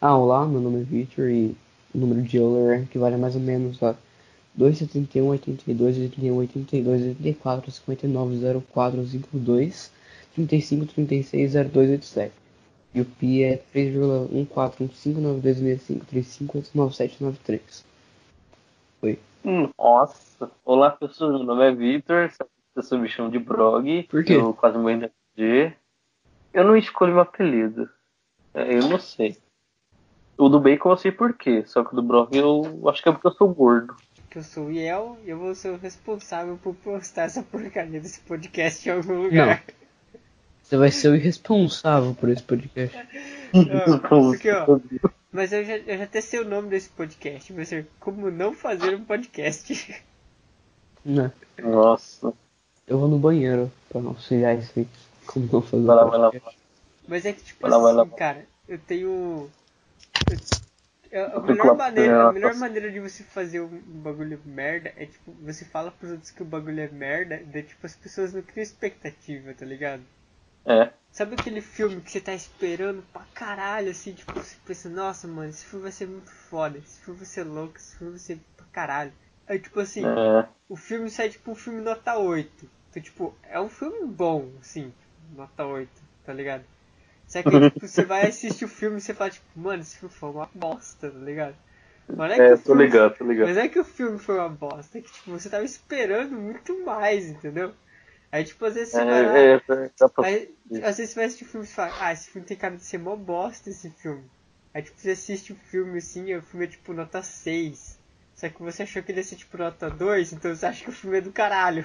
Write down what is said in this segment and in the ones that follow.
Ah, olá, meu nome é Victor e o número de Euler é equivale a mais ou menos a 271, 82, 81, 82, 84, 59, 04, 52, 35, 36, 02, 87. E o pi é 3,141592653589793. Oi. Hum, Nossa. Olá, pessoal. Meu nome é Victor. Pessoa me chama de Brog. Por quê? Eu quase morri de FG. Eu não escolho meu apelido. É, Eu não sei. O do Bacon eu sei por quê. Só que o do Brog eu acho que é porque eu sou gordo. Que eu sou o Yel e eu vou ser o responsável por postar essa porcaria desse podcast em algum Não. lugar. Você vai ser o irresponsável por esse podcast. É. Não, porque, Ah, ó, mas eu já, eu já até sei o nome desse podcast. Vai ser Como Não Fazer um Podcast. Né? Nossa. Eu vou no banheiro pra auxiliar isso aí. Como não fazer Vai lá, um vai lá. podcast. Mas é que, tipo Vai lá, vai assim, lá. cara, eu tenho. eu- a, Eu fico lá- melhor maneira, a melhor nossa. maneira de você fazer um bagulho merda é, tipo, você fala pros outros que o bagulho é merda, daí, tipo, as pessoas não criam expectativa, tá ligado? É. Sabe aquele filme que você tá esperando pra caralho, assim, tipo, você pensa, nossa, mano, esse filme vai ser muito foda, esse filme vai ser louco, esse filme vai ser pra caralho. Aí, tipo assim, É. o filme sai, tipo, um filme nota 8. Então, tipo, é um filme bom, assim, nota 8, tá ligado? Só que, tipo, você vai assistir o filme e você fala, tipo, mano, esse filme foi uma bosta, tá ligado? Mas não É, o tô filme- ligado, tô ligado. Mas não é que o filme foi uma bosta, é que, tipo, você tava esperando muito mais, entendeu? Aí, tipo, às vezes você vai lá... É, é, dá pra... Aí, às vezes você vai assistir o filme e fala, ah, esse filme tem cara de ser mó bosta, esse filme. Aí, tipo, você assiste o filme, assim, e o filme é, tipo, nota 6. Só que você achou que ele ia ser, tipo, nota 2, então você acha que o filme é do caralho.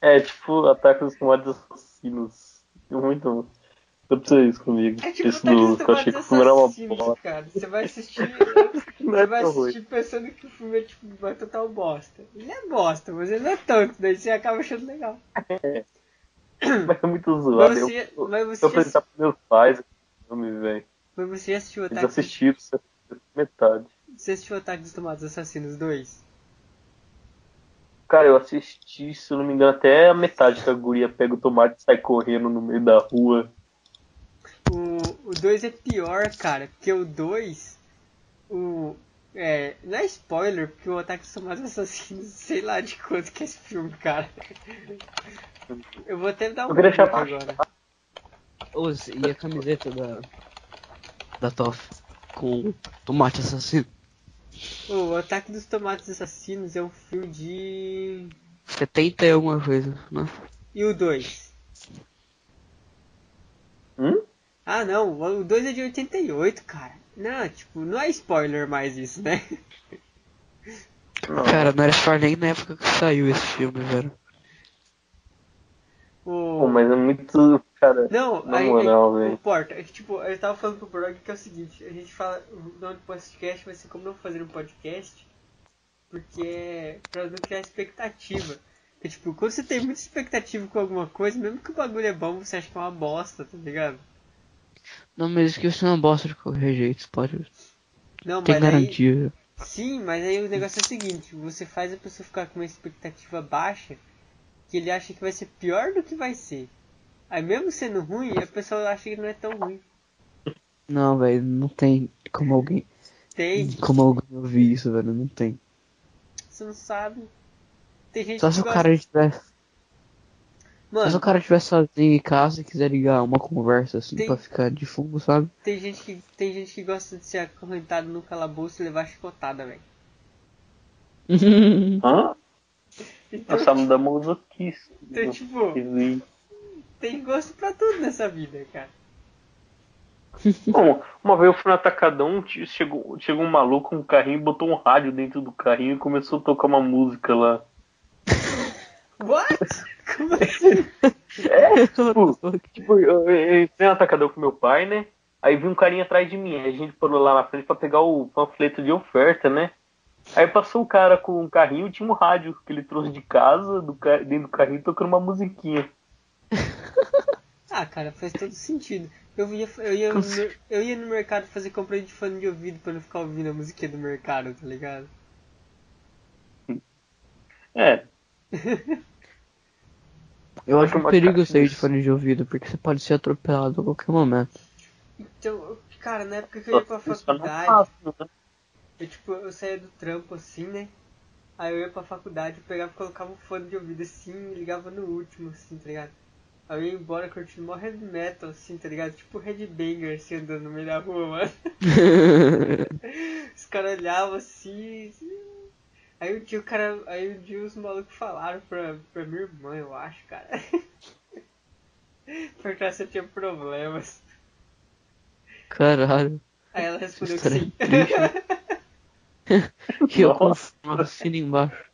é tipo Ataque dos Tomates Assassinos. Muito bom. Aconteceu isso comigo. É tipo, Esse tá do que eu achei que o filme era uma bola. assassinos, cara. Você vai assistir... Não Você é vai tão ruim. assistir pensando que o filme é, tipo, vai total bosta. Ele é bosta, mas ele não é tanto, daí você acaba achando legal. Mas é muito zoado. Mas Eu- você, eu- mas Se eu você, apresentar pros meus pais esse filme, velho. mas você já assistiu o Eles Ataque, assistiram só metade. você assistiu o Ataque dos Tomates Assassinos 2? Cara, eu assisti, se eu não me engano, até a metade que a guria pega o tomate e sai correndo no meio da rua. O 2 é pior, cara, porque o 2. O. É. Não é spoiler, porque o Ataque dos Tomates Assassinos, sei lá de quanto que é esse filme, cara. Eu vou até dar um Eu queria Google chamar. agora. Ô, e a camiseta da. Da Toff com tomate assassino. O Ataque dos Tomates Assassinos é um filme de. 70 e alguma coisa, né? E o 2? Hum? Ah não, o 2 é de 88, cara. Não, tipo, não é spoiler mais isso, né? Ah. Não. Cara, não era spoiler nem na época que saiu esse filme, velho. Pô, O... mas é muito. Cara, Não, Na aí, moral, aí, véi. não importa. É que, tipo, eu tava falando pro Brog que é o seguinte, a gente fala o nome do podcast, mas assim, como não fazer um podcast, porque é pra não criar expectativa. Porque, tipo, quando você tem muita expectativa com alguma coisa, mesmo que o bagulho é bom, você acha que é uma bosta, tá ligado? Não, mas isso que você não bosta de qualquer jeito, pode. Não, Tem mas aí, garantia. velho. Sim, mas aí o negócio é o seguinte, você faz a pessoa ficar com uma expectativa baixa, que ele acha que vai ser pior do que vai ser. Aí mesmo sendo ruim, a pessoa acha que não é tão ruim. Não, velho, não tem como alguém. Tem, Como alguém ouvir isso, velho, não tem. Você não sabe. Tem gente Só que se o gosta- cara estiver. Só se Mano, o cara estiver sozinho em casa e quiser ligar uma conversa assim Tem- pra ficar de fundo, sabe? tem gente que tem gente que gosta de ser acorrentado no calabouço e levar chicotada, velho. hã? Então, Nós estamos da masoquista. então, tipo, tem gosto pra tudo nessa vida, cara. Bom, uma vez eu fui no Atacadão, t- chegou, chegou um maluco com um carrinho, botou um rádio dentro do carrinho e começou a tocar uma música lá. What? Como assim? Tipo, tipo eu, eu entrei no Atacadão com meu pai, né? Aí vi um carinha atrás de mim, aí a gente parou lá na frente pra pegar o panfleto de oferta, né? Aí passou um cara com um carrinho e tinha um rádio que ele trouxe de casa, do, ca- dentro do carrinho, tocando uma musiquinha. Ah, cara, faz todo sentido. Eu ia, eu, ia, no mer- eu ia no mercado fazer compra de fone de ouvido pra não ficar ouvindo a musiquinha do mercado, tá ligado? É, Eu acho um uma perigo cara- sair de fone de ouvido, porque você pode ser atropelado a qualquer momento. Então, Cara, na época que eu ia pra faculdade, eu, tipo, eu saía do trampo assim, né? Aí eu ia pra faculdade, eu pegava, colocava um fone de ouvido assim e ligava no último, assim, tá ligado? Aí eu ia embora curtindo mó heavy metal, assim, tá ligado? Tipo headbanger, assim, andando no meio da rua, mano. os caras olhavam assim. assim. Aí um dia o cara. Aí um dia os malucos falaram pra, pra minha irmã, eu acho, cara. Perguntaram se eu tinha problemas. Caralho. Aí ela respondeu que História sim. E eu com Nossa. uma assina embaixo.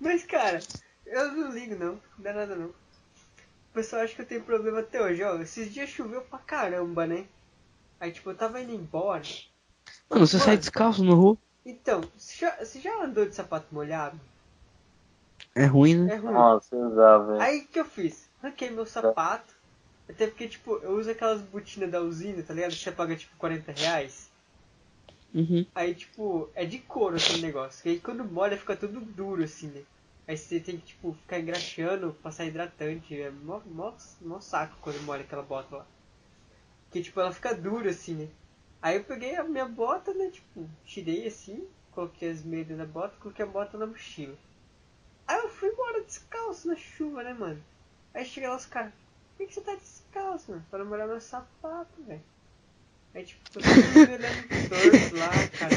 Mas, cara, eu não ligo, não. Não dá nada, não. O pessoal acha que eu tenho problema até hoje. Ó, esses dias choveu pra caramba, né? Aí, tipo, eu tava indo embora. Mano, você Mano. sai descalço na rua? Então, você já, você já andou de sapato molhado? É ruim, né? É ruim. Hum. Nossa, eu já, velho. Aí, o que eu fiz? Ranquei meu sapato. Até porque, tipo, eu uso aquelas botinas da usina, tá ligado? Que você paga, tipo, 40 reais. Uhum. Aí, tipo, é de couro aquele negócio. Aí quando molha fica tudo duro, assim, né? Aí você tem que, tipo, ficar engraxando, passar hidratante. É mó, mó, mó saco quando molha aquela bota lá. Porque, tipo, ela fica dura, assim, né? Aí eu peguei a minha bota, né? Tipo, tirei assim, coloquei as meias na bota, coloquei a bota na mochila. Aí eu fui embora descalço na chuva, né, mano? Aí chega lá os caras, por que, que você tá descalço, mano? Pra não molhar meu sapato, velho. Aí, tipo, todo mundo me olhando torto lá, cara.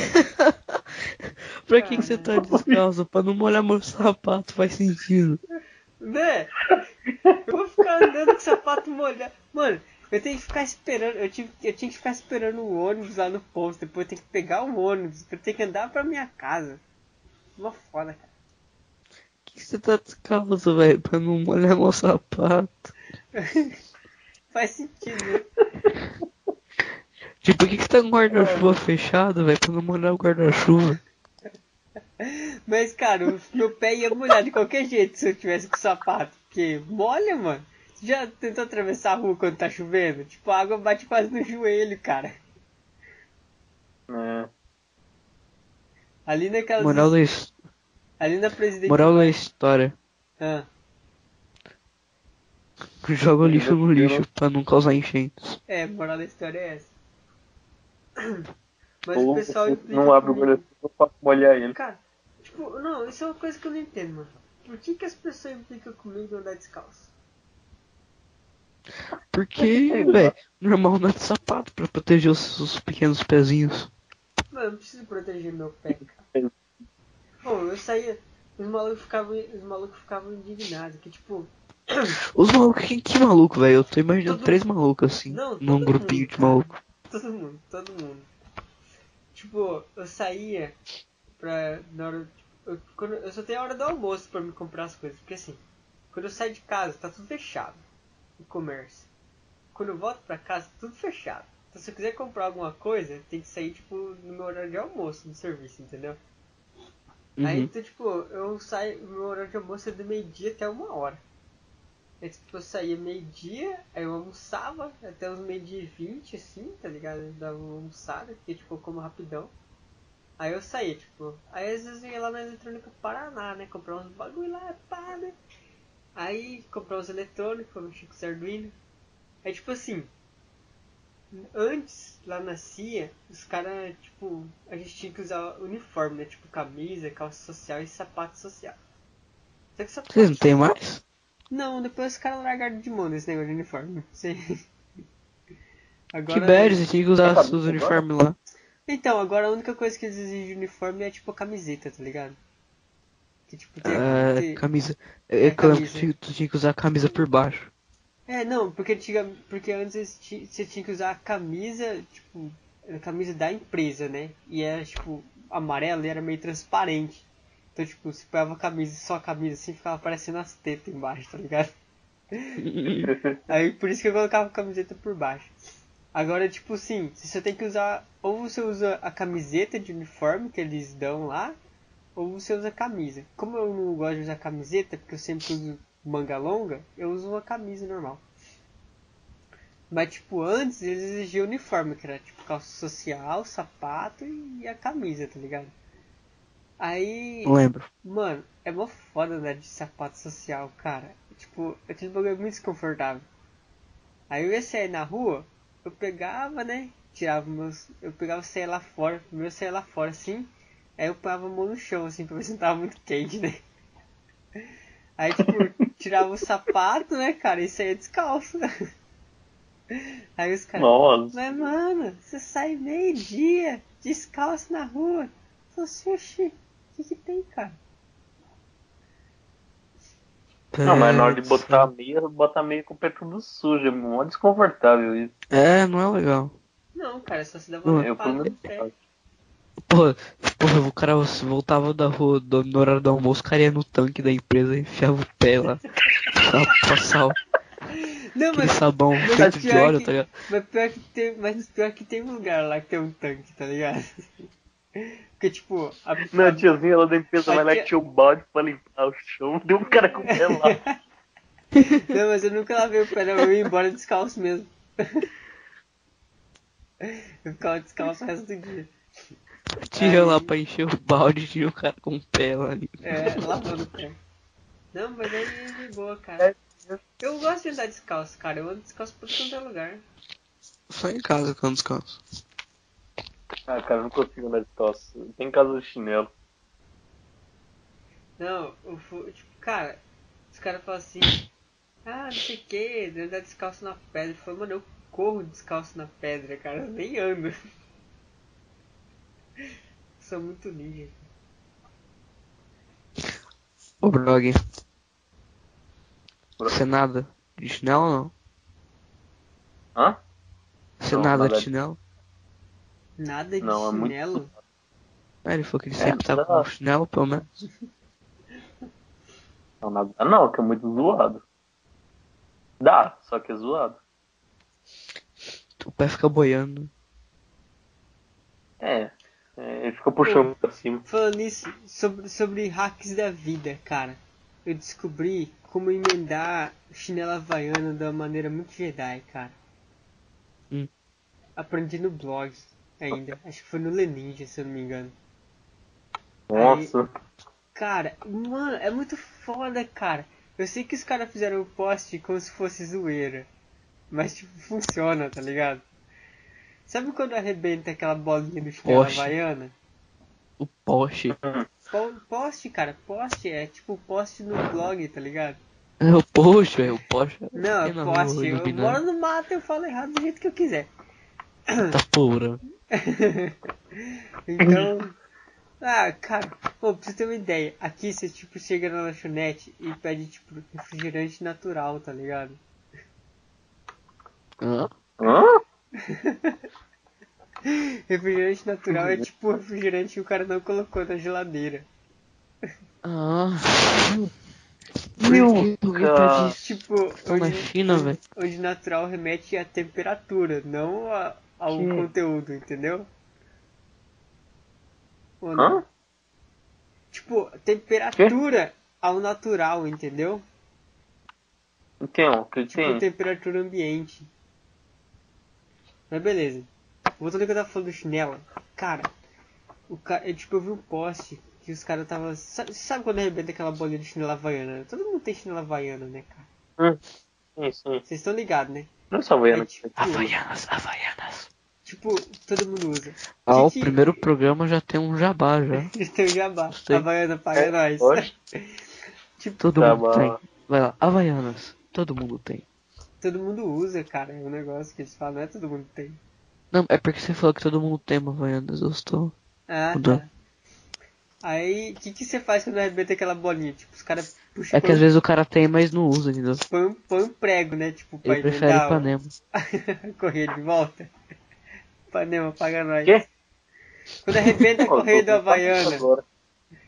Pra que, que você tá descalço? Pra não molhar meu sapato, faz sentido. Né? Eu Vou ficar andando com sapato molhado. Mano, eu tenho que ficar esperando. Eu, tive, eu tinha que ficar esperando o ônibus lá no posto. Depois eu tenho que pegar o ônibus. Eu tenho que andar pra minha casa. Uma foda, cara. Por que, que você tá descalço, velho? Pra não molhar meu sapato. Faz sentido. né? Tipo, por que, que você tá com o guarda-chuva fechado, velho? Pra não molhar o guarda-chuva. Mas, cara, o meu pé ia molhar de qualquer jeito se eu tivesse com sapato. Porque molha, mano. Você já tentou atravessar a rua quando tá chovendo? Tipo, a água bate quase no joelho, cara. É. Ali naquelas. Moral da, his- Ali na presidente. moral da história. Ah, Joga o lixo no lixo pra não causar enchentes. é, moral da história é essa. Mas Ou o pessoal você implica não abre o comigo. guarda-chuva pra molhar ele. Cara, tipo, não, isso é uma coisa que eu não entendo, mano. Por que, que as pessoas implicam comigo em andar descalço? Porque, velho, normal andar de sapato pra proteger os, os pequenos pezinhos. Mano, eu preciso proteger meu pé, cara. Bom, eu saía. Os malucos ficavam, os malucos ficavam indignados, que tipo, Os malucos, que, que maluco, velho? Eu tô imaginando Todo- três malucos assim, Não, num todo grupinho mundo, de cara. maluco. todo mundo, todo mundo. Tipo, eu saía pra. Na hora. tipo, Eu, quando, eu só tenho a hora do almoço pra me comprar as coisas, porque assim, quando eu saio de casa, tá tudo fechado. O comércio. Quando eu volto pra casa, tá tudo fechado. Então se eu quiser comprar alguma coisa, tem que sair, tipo, no meu horário de almoço, no serviço, entendeu? Aí, Uhum. então, tipo, eu saio, meu horário de almoço é do meio-dia até uma hora. Aí, tipo, eu saía meio-dia, aí eu almoçava até uns meio-dia e vinte, assim, tá ligado? Eu dava uma almoçada, porque, tipo, eu como rapidão. Aí eu saía, tipo, aí às vezes eu ia lá na Eletrônica Paraná, né? Comprar uns bagulho lá, pá, né? Aí, comprar uns eletrônicos, um Chico Sarduino. Aí, tipo assim, Antes, lá na CIA, os caras, tipo, a gente tinha que usar uniforme, né? Tipo, camisa, calça social e sapato social. Só que sapato. Vocês não tem mais? Não, depois os caras largaram de mão nesse negócio de uniforme. Sim. Que Agora. é bad, você tinha que usar Acabou seus agora? uniformes lá. Então, agora a única coisa que eles exigem de uniforme é, tipo, a camiseta, tá ligado? Que, tipo, tem. Ah, tem- camisa. É Eu lembro camisa. que tu- tu tinha que usar a camisa por baixo. É, não, porque, antiga, porque antes eles ti- você tinha que usar a camisa, tipo, a camisa da empresa, né? E era, tipo, amarela e era meio transparente. Então, tipo, você pegava a camisa, só a camisa, assim, ficava aparecendo as tetas embaixo, tá ligado? Aí, por isso que eu colocava a camiseta por baixo. Agora, tipo, sim, você só tem que usar, ou você usa a camiseta de uniforme que eles dão lá, ou você usa a camisa. Como eu não gosto de usar camiseta, porque eu sempre uso manga longa, eu uso uma camisa normal. Mas, tipo, antes eles exigiam uniforme, que era tipo calça social, sapato e a camisa, tá ligado? Aí. Não lembro. Mano, é mó foda andar de sapato social, cara. Tipo, aquele bagulho é muito desconfortável. Aí eu ia sair na rua, eu pegava, né? tirava meus. Eu pegava e saía lá fora, primeiro eu saía lá fora assim, aí eu parava a mão no chão, assim, pra ver se não tava muito quente, né? Aí, tipo, tirava o sapato, né, cara, e saía descalço. Aí os caras. Nossa. Mas, mano, você sai meio-dia, descalço na rua. Tô assim, oxi, o que que tem, cara? Não, Ah, mas na hora de Putz. botar a meia, bota a meia com o pé tudo sujo. É mó desconfortável isso. É, não é legal. Não, cara, só se dava Não, uma Eu, pelo limpada menos, no pé. faço. Porra, porra, o cara voltava da rua do, no horário do almoço, o cara ia no tanque da empresa e enfiava o pé lá. Pra passar o- Não, aquele mas, sabão mas feito de pior óleo, que- tá ligado? mas pior que tem. Mas pior que tem um lugar lá que tem um tanque, tá ligado? Porque tipo, a, Não, a- a tiazinha lá da empresa A vai lá tia- que tinha um balde pra limpar o chão. Deu um cara com o pé lá. Não, mas eu nunca lavei o pé, não. Eu ia embora descalço mesmo. Eu ficava descalço o resto do dia. Tinha Aí- lá pra encher o balde, tinha o cara com o pé lá ali. É, lavando o pé. Não, mas aí é de boa, cara. É, Eu gosto de andar descalço, cara. Eu ando descalço por todo lugar. Só em casa quando descanso. Ah, cara, eu não consigo andar descalço. Tem casa do chinelo. Não, eu fui, tipo, cara, os caras falam assim, ah, não sei o que, de andar descalço na pedra. Eu falo, mano, eu corro descalço na pedra, cara, eu nem ando. Sou muito ninja. Ô, Brog, Bro- você nada de chinelo ou não? Hã? Você Não, nada nada de de- chinelo? Nada de Não, é muito- chinelo? Ah, ele falou que ele É, sempre tá não. com chinelo, pelo menos. Não, nada. Ah, não, que é muito zoado. Dá, só que é zoado. O pé fica boiando. É. é ele fica puxando pra cima. Falando nisso, sobre, sobre hacks da vida, cara, eu descobri como emendar chinela havaiana de uma maneira muito Jedi, cara. Hum. Aprendi no blog ainda, acho que foi no Leninja, se eu não me engano. Nossa. Cara, mano, é muito foda, cara. Eu sei que os caras fizeram o post como se fosse zoeira. Mas, tipo, funciona, tá ligado? Sabe quando arrebenta aquela bolinha do chinelo Poste. havaiana? O poste. Po- Post, cara, post é tipo post no blog, tá ligado? É o poste, é o poste. Não, Tem é na post. rua, Eu iluminado. moro no mato, eu falo errado do jeito que eu quiser. Tá pura. Então. Ah, cara, pô, pra você ter uma ideia, aqui você tipo chega na lanchonete e pede tipo refrigerante natural, tá ligado? Hã? Hã? Refrigerante natural é tipo o refrigerante que o cara não colocou na geladeira. Ah. Por Meu que alguém tá cara. pede isso? Tipo, Tô na China, velho. onde natural remete à temperatura, não a- ao Que? conteúdo, entendeu? Ou não? Hã? Tipo, temperatura ao natural, entendeu? Então, o que Tipo, tem? temperatura ambiente. Mas beleza. Voltando ao que eu tava falando do chinelo. Cara, o cara, eu, tipo, eu vi um post que os caras tava. Sabe, sabe quando arrebenta aquela bolinha de chinela havaiana? Todo mundo tem chinela havaiana, né, cara? Sim, sim. Vocês estão ligados, né? Não é só É, vendo. tipo, Havaianas, Havaianas. tipo, todo mundo usa. Ah, o Que que- primeiro programa já tem um jabá já. Tem o jabá. Gostei. Havaiana paga É, nós. lógico. tipo, Todo Tá mundo bom. tem. Vai lá, Havaianas. Todo mundo tem. todo mundo usa, cara. É um negócio que eles falam, não é todo mundo tem. Não, é porque você falou que todo mundo tem uma Havaianas. Eu estou. Ah, Mudou. tá. Aí, o que, que você faz quando arrebenta aquela bolinha? Tipo, os caras puxam. É que às vezes o cara tem, mas não usa, entendeu? põe, um, põe um prego, né? Tipo, pra Ele prefere emendar o- Ipanema. correia de volta. Panema, paga nós. Quê? Quando arrebenta a Pô, correia tô do pensando Havaiana, agora.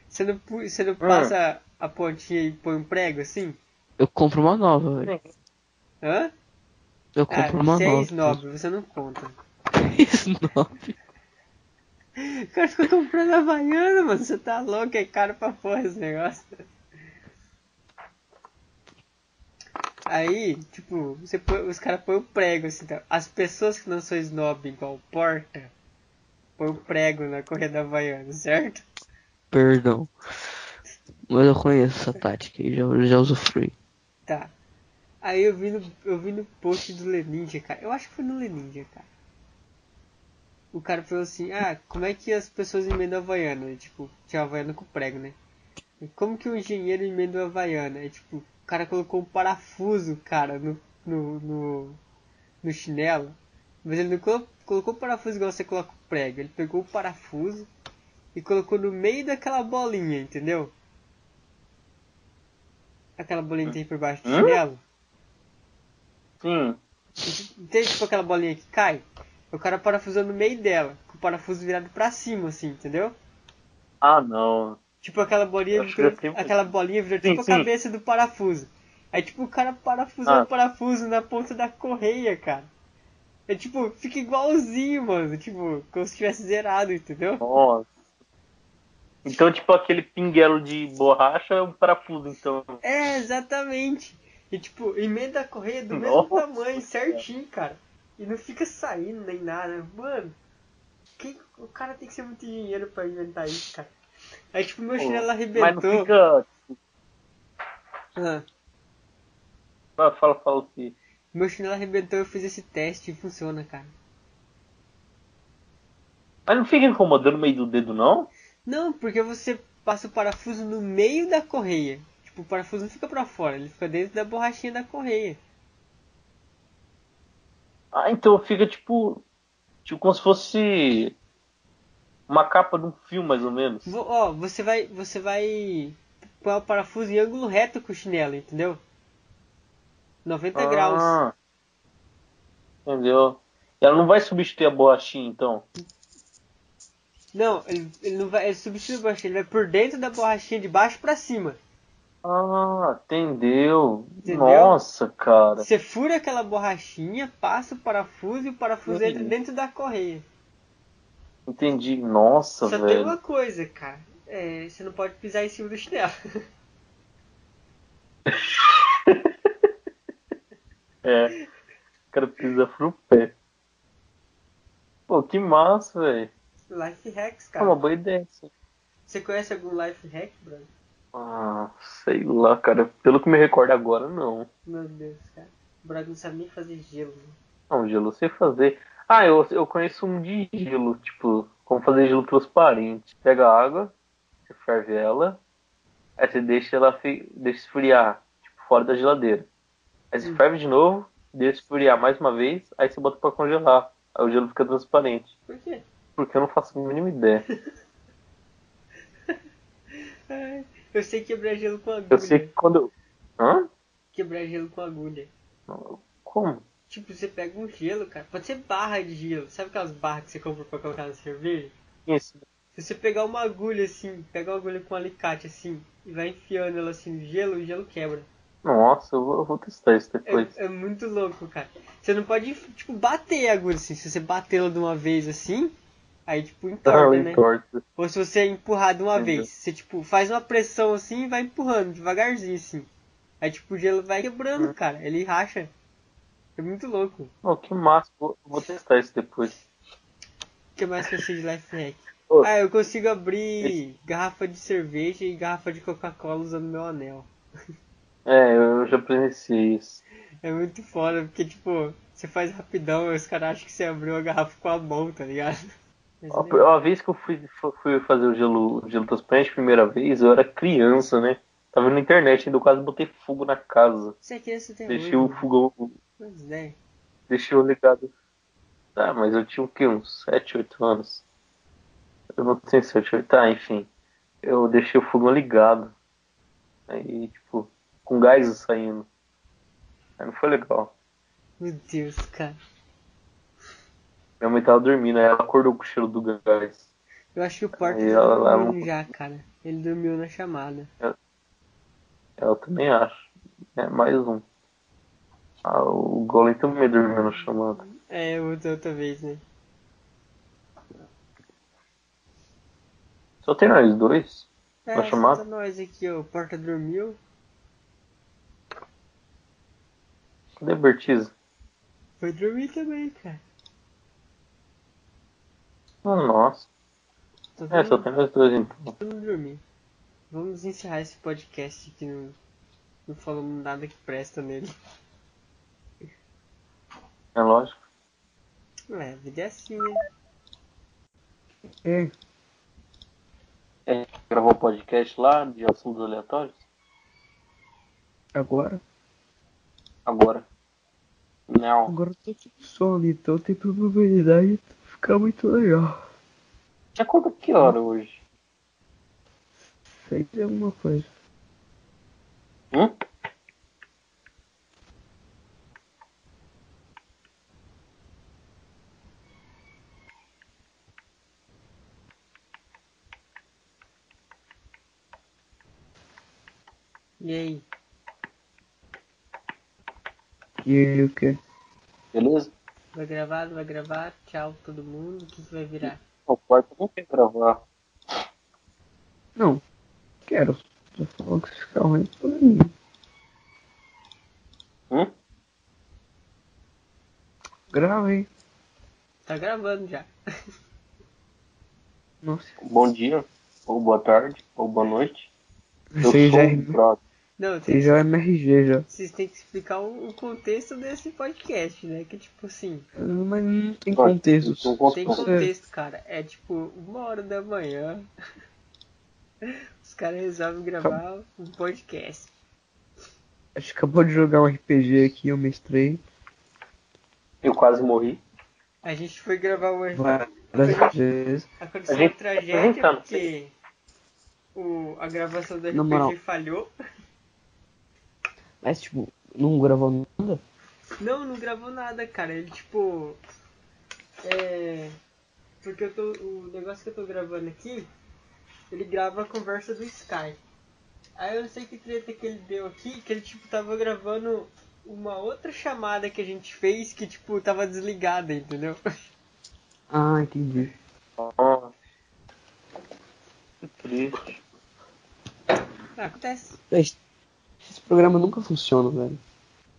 você não, pu- você não passa a pontinha e põe um prego assim? Eu compro uma nova, velho. Hã? Eu Ah, compro uma você é nova. snob, você não conta. Snob. O cara ficou comprando Havaiana, mano. Você tá louco, é caro pra porra esse negócio. Aí, tipo, você põe- os caras põem o prego assim, tá? As pessoas que não são snob igual porta, põem o prego na correia da Havaiana, certo? Perdão. Mas eu conheço essa tática e já, já usufrui. Tá. Aí eu vi no, eu vi no post do Leninja, cara. Eu acho que foi no Leninja, cara. o cara falou assim, ah, como é que as pessoas emendam a Havaiana? E, tipo, tinha Havaiana com prego, né? E como que o engenheiro emenda a Havaiana? E, tipo, o cara colocou um parafuso, cara, no, no, no, no chinelo. Mas ele não colo- colocou o parafuso igual você coloca o prego. Ele pegou o parafuso e colocou no meio daquela bolinha, entendeu? Aquela bolinha que tem por baixo do Hã? chinelo. Sim. Entende? Tipo aquela bolinha que cai. O cara parafusou no meio dela, com o parafuso virado pra cima, assim, entendeu? Ah, não. Tipo aquela bolinha, Eu acho que virou, já tem- aquela bolinha virou Sim, tipo sim. a cabeça do parafuso. Aí tipo o cara parafusou Ah. o parafuso na ponta da correia, cara. É tipo, fica igualzinho, mano. Tipo, como se tivesse zerado, entendeu? Nossa. Então, tipo, aquele pinguelo de borracha é um parafuso, então. É, exatamente. E tipo, emenda a correia do Nossa. mesmo tamanho, certinho, cara. E não fica saindo nem nada. Mano, quem- o cara tem que ser muito engenheiro pra inventar isso, cara. Aí tipo, meu Mas chinelo não arrebentou. fica. Ah, Ah, Fala, fala, se. meu chinelo arrebentou, eu fiz esse teste e funciona, cara. Mas não fica incomodando o meio do dedo, não? Não, porque você passa o parafuso no meio da correia. Tipo, o parafuso não fica pra fora, ele fica dentro da borrachinha da correia. Ah, então fica tipo. Tipo como se fosse uma capa de um filme, mais ou menos. Vo- ó, você vai, você vai pôr o parafuso em ângulo reto com o chinelo, entendeu? 90 graus. Ah, Entendeu? Ela não vai substituir a borrachinha, então. Não, ele, ele não vai, ele substitui a borrachinha, ele vai por dentro da borrachinha de baixo pra cima. Ah, entendeu. Entendeu? Nossa, cara. Você fura aquela borrachinha, passa o parafuso e o parafuso Uhum. entra dentro da correia. Entendi. Nossa, Só tem velho. uma coisa, cara. É, você não pode pisar em cima do chinelo. É. O cara pisa pro pé. Pô, que massa, velho. life hacks, É uma cara. boa ideia. isso. Você conhece algum life hack, brother? Ah, sei lá, cara. Pelo que me recordo agora, não. Meu Deus, cara. O brother não sabe nem fazer gelo. né? Não, gelo eu sei fazer. Ah, eu, eu conheço um de gelo, tipo, como fazer gelo transparente. Pega a água, você ferve ela, aí você deixa ela fi- deixa esfriar, tipo, fora da geladeira. Aí você ferve de novo, deixa esfriar mais uma vez, aí você bota pra congelar. Aí o gelo fica transparente. Por quê? Porque eu não faço a mínima ideia. Ai, Eu sei quebrar gelo com agulha. É. Eu sei que quando. eu- Hã? Quebrar gelo com agulha. Como? Tipo, você pega um gelo, cara. Pode ser barra de gelo. Sabe aquelas barras que você compra pra colocar na cerveja? Isso. Se você pegar uma agulha assim, pega uma agulha com um alicate assim, e vai enfiando ela assim no gelo, o gelo quebra. Nossa, eu vou, eu vou testar isso depois. É, é muito louco, cara. Você não pode, tipo, bater a agulha assim. Se você bater ela de uma vez assim, aí, tipo, Ah, entorta, né? entorta. Ou se você é empurrar de uma Entendi. vez. Você, tipo, faz uma pressão assim e vai empurrando, devagarzinho, assim. Aí, tipo, o gelo vai quebrando, Hum. cara. Ele racha. É muito louco. Oh, que massa, vou, vou testar isso depois. O que mais que eu sei de life hack? Ô. Ah, eu consigo abrir garrafa de cerveja e garrafa de Coca-Cola usando meu anel. É, eu já presenciei isso. É muito foda, porque, tipo, você faz rapidão e os caras acham que você abriu a garrafa com a mão, tá ligado? Mas, A, né? a vez que eu fui, fu- fui fazer o gelo, o gelo transparente, a primeira vez, eu era criança, né? Tava na internet, ainda eu quase botei fogo na casa. Você é criança até Deixei o hoje, fogão, Pois é. deixei o ligado. Ah, mas eu tinha o quê? Uns 7, 8 anos? Eu não tenho 7, 8. Tá, enfim. Eu deixei o fogão ligado. Aí, tipo, com gás saindo. Aí não foi legal. Meu Deus, cara. Minha mãe tava dormindo, aí ela acordou com o cheiro do gás. Eu acho que o Porto Aí um- tá ela- ela- dormindo já, cara. Ele dormiu na chamada. Eu também acho. É mais um. Ah, o Golem também dormiu no chamado. É, outra, outra vez, né? Só tem nós dois? É, Vai chamar? solta nós aqui, ó. O Porta dormiu. Cadê a Bertiza? Foi dormir também, cara. Ah, nossa. Tá É, só todo tem nós dois então. mundo dormir. Vamos encerrar esse podcast que não, não falamos nada que presta nele. É lógico. É, a vida é assim, né? É. É, gravou o podcast lá de assuntos aleatórios? Agora? Agora. Não. Agora eu tô com sono, então tem probabilidade de ficar muito legal. Já conta que hora hoje? Sei de alguma coisa. Hum? E aí? E aí, o quê? Beleza? Vai gravar, não vai gravar? Tchau todo mundo. O que, que vai virar? O quarto não quer gravar. Não. Quero. Só falou que se ficar ruim, tô nem aí. Hum? Grava aí. Tá gravando já. Nossa. Bom dia, ou boa tarde, ou boa noite. Eu Vocês sou já, um brother. Não, tem- vocês já é MRG já. vocês têm que explicar o, o contexto desse podcast, né? Que tipo assim, Mas não tem Pode, contexto. não posso tem falar. contexto, cara. É tipo uma hora da manhã. Os caras resolvem gravar um podcast. Acho que acabou de jogar um RPG aqui, eu mestrei. Eu quase morri. A gente foi gravar o Várias vezes. Aconteceu A gente uma tá tragédia perguntando. porque o, a gravação do Na moral. RPG falhou. Mas tipo, não gravou nada? Não, não gravou nada, cara. Ele tipo. É. Porque eu tô. O negócio que eu tô gravando aqui, ele grava a conversa do Skype. Aí eu não sei que treta que ele deu aqui, que ele tipo tava gravando uma outra chamada que a gente fez que tipo tava desligada, entendeu? Ah, entendi. Nossa. Ah, Que triste. Acontece. Mas Esse programa nunca funciona, velho.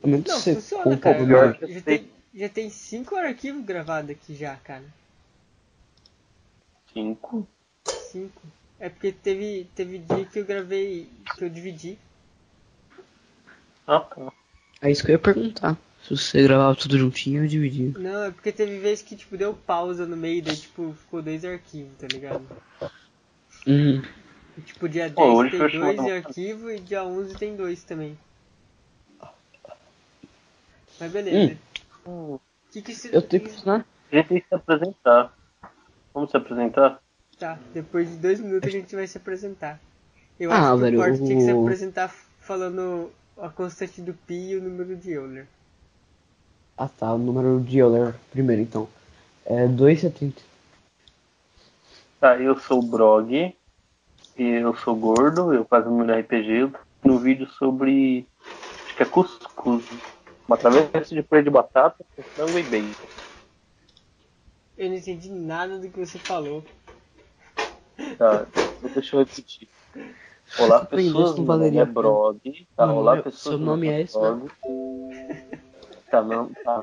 A menos que Não, você funciona, compra cara. algum melhor. Já tem, já tem cinco arquivos gravados aqui já, cara. Cinco. Cinco. É porque teve, teve dia que eu gravei, que eu dividi. Ah, tá. É isso que eu ia perguntar. Se você gravava tudo juntinho, eu dividia. Não, é porque teve vez que, tipo, deu pausa no meio, daí, tipo, ficou dois arquivos, tá ligado? Hum. E, tipo, dia 10 Pô, hoje tem fechou, dois não. arquivos e dia 11 tem dois também. Mas beleza. Hum, Que que se... Eu tenho que funcionar. A gente tem que se apresentar. Vamos se apresentar? Tá, depois de dois minutos a gente vai se apresentar. Eu Ah, acho que velho, o Porto tinha que se o- apresentar falando a constante do pi e o número de Euler. Ah tá, o número de Euler primeiro então. É 2,70. Tá, eu sou o Brog, e eu sou gordo, eu quase me RPG no vídeo sobre. Acho que é cuscuz. Uma travessa de purê de batata, com frango e bacon. Eu não entendi nada do que você falou. Tá, então deixa eu repetir. Olá, Bem, pessoas. isso não Meu nome valeria é a pena. Brog. Tá, Não, olá, meu, é pessoas. seu meu nome é esse, Brog. Tá, não, tá.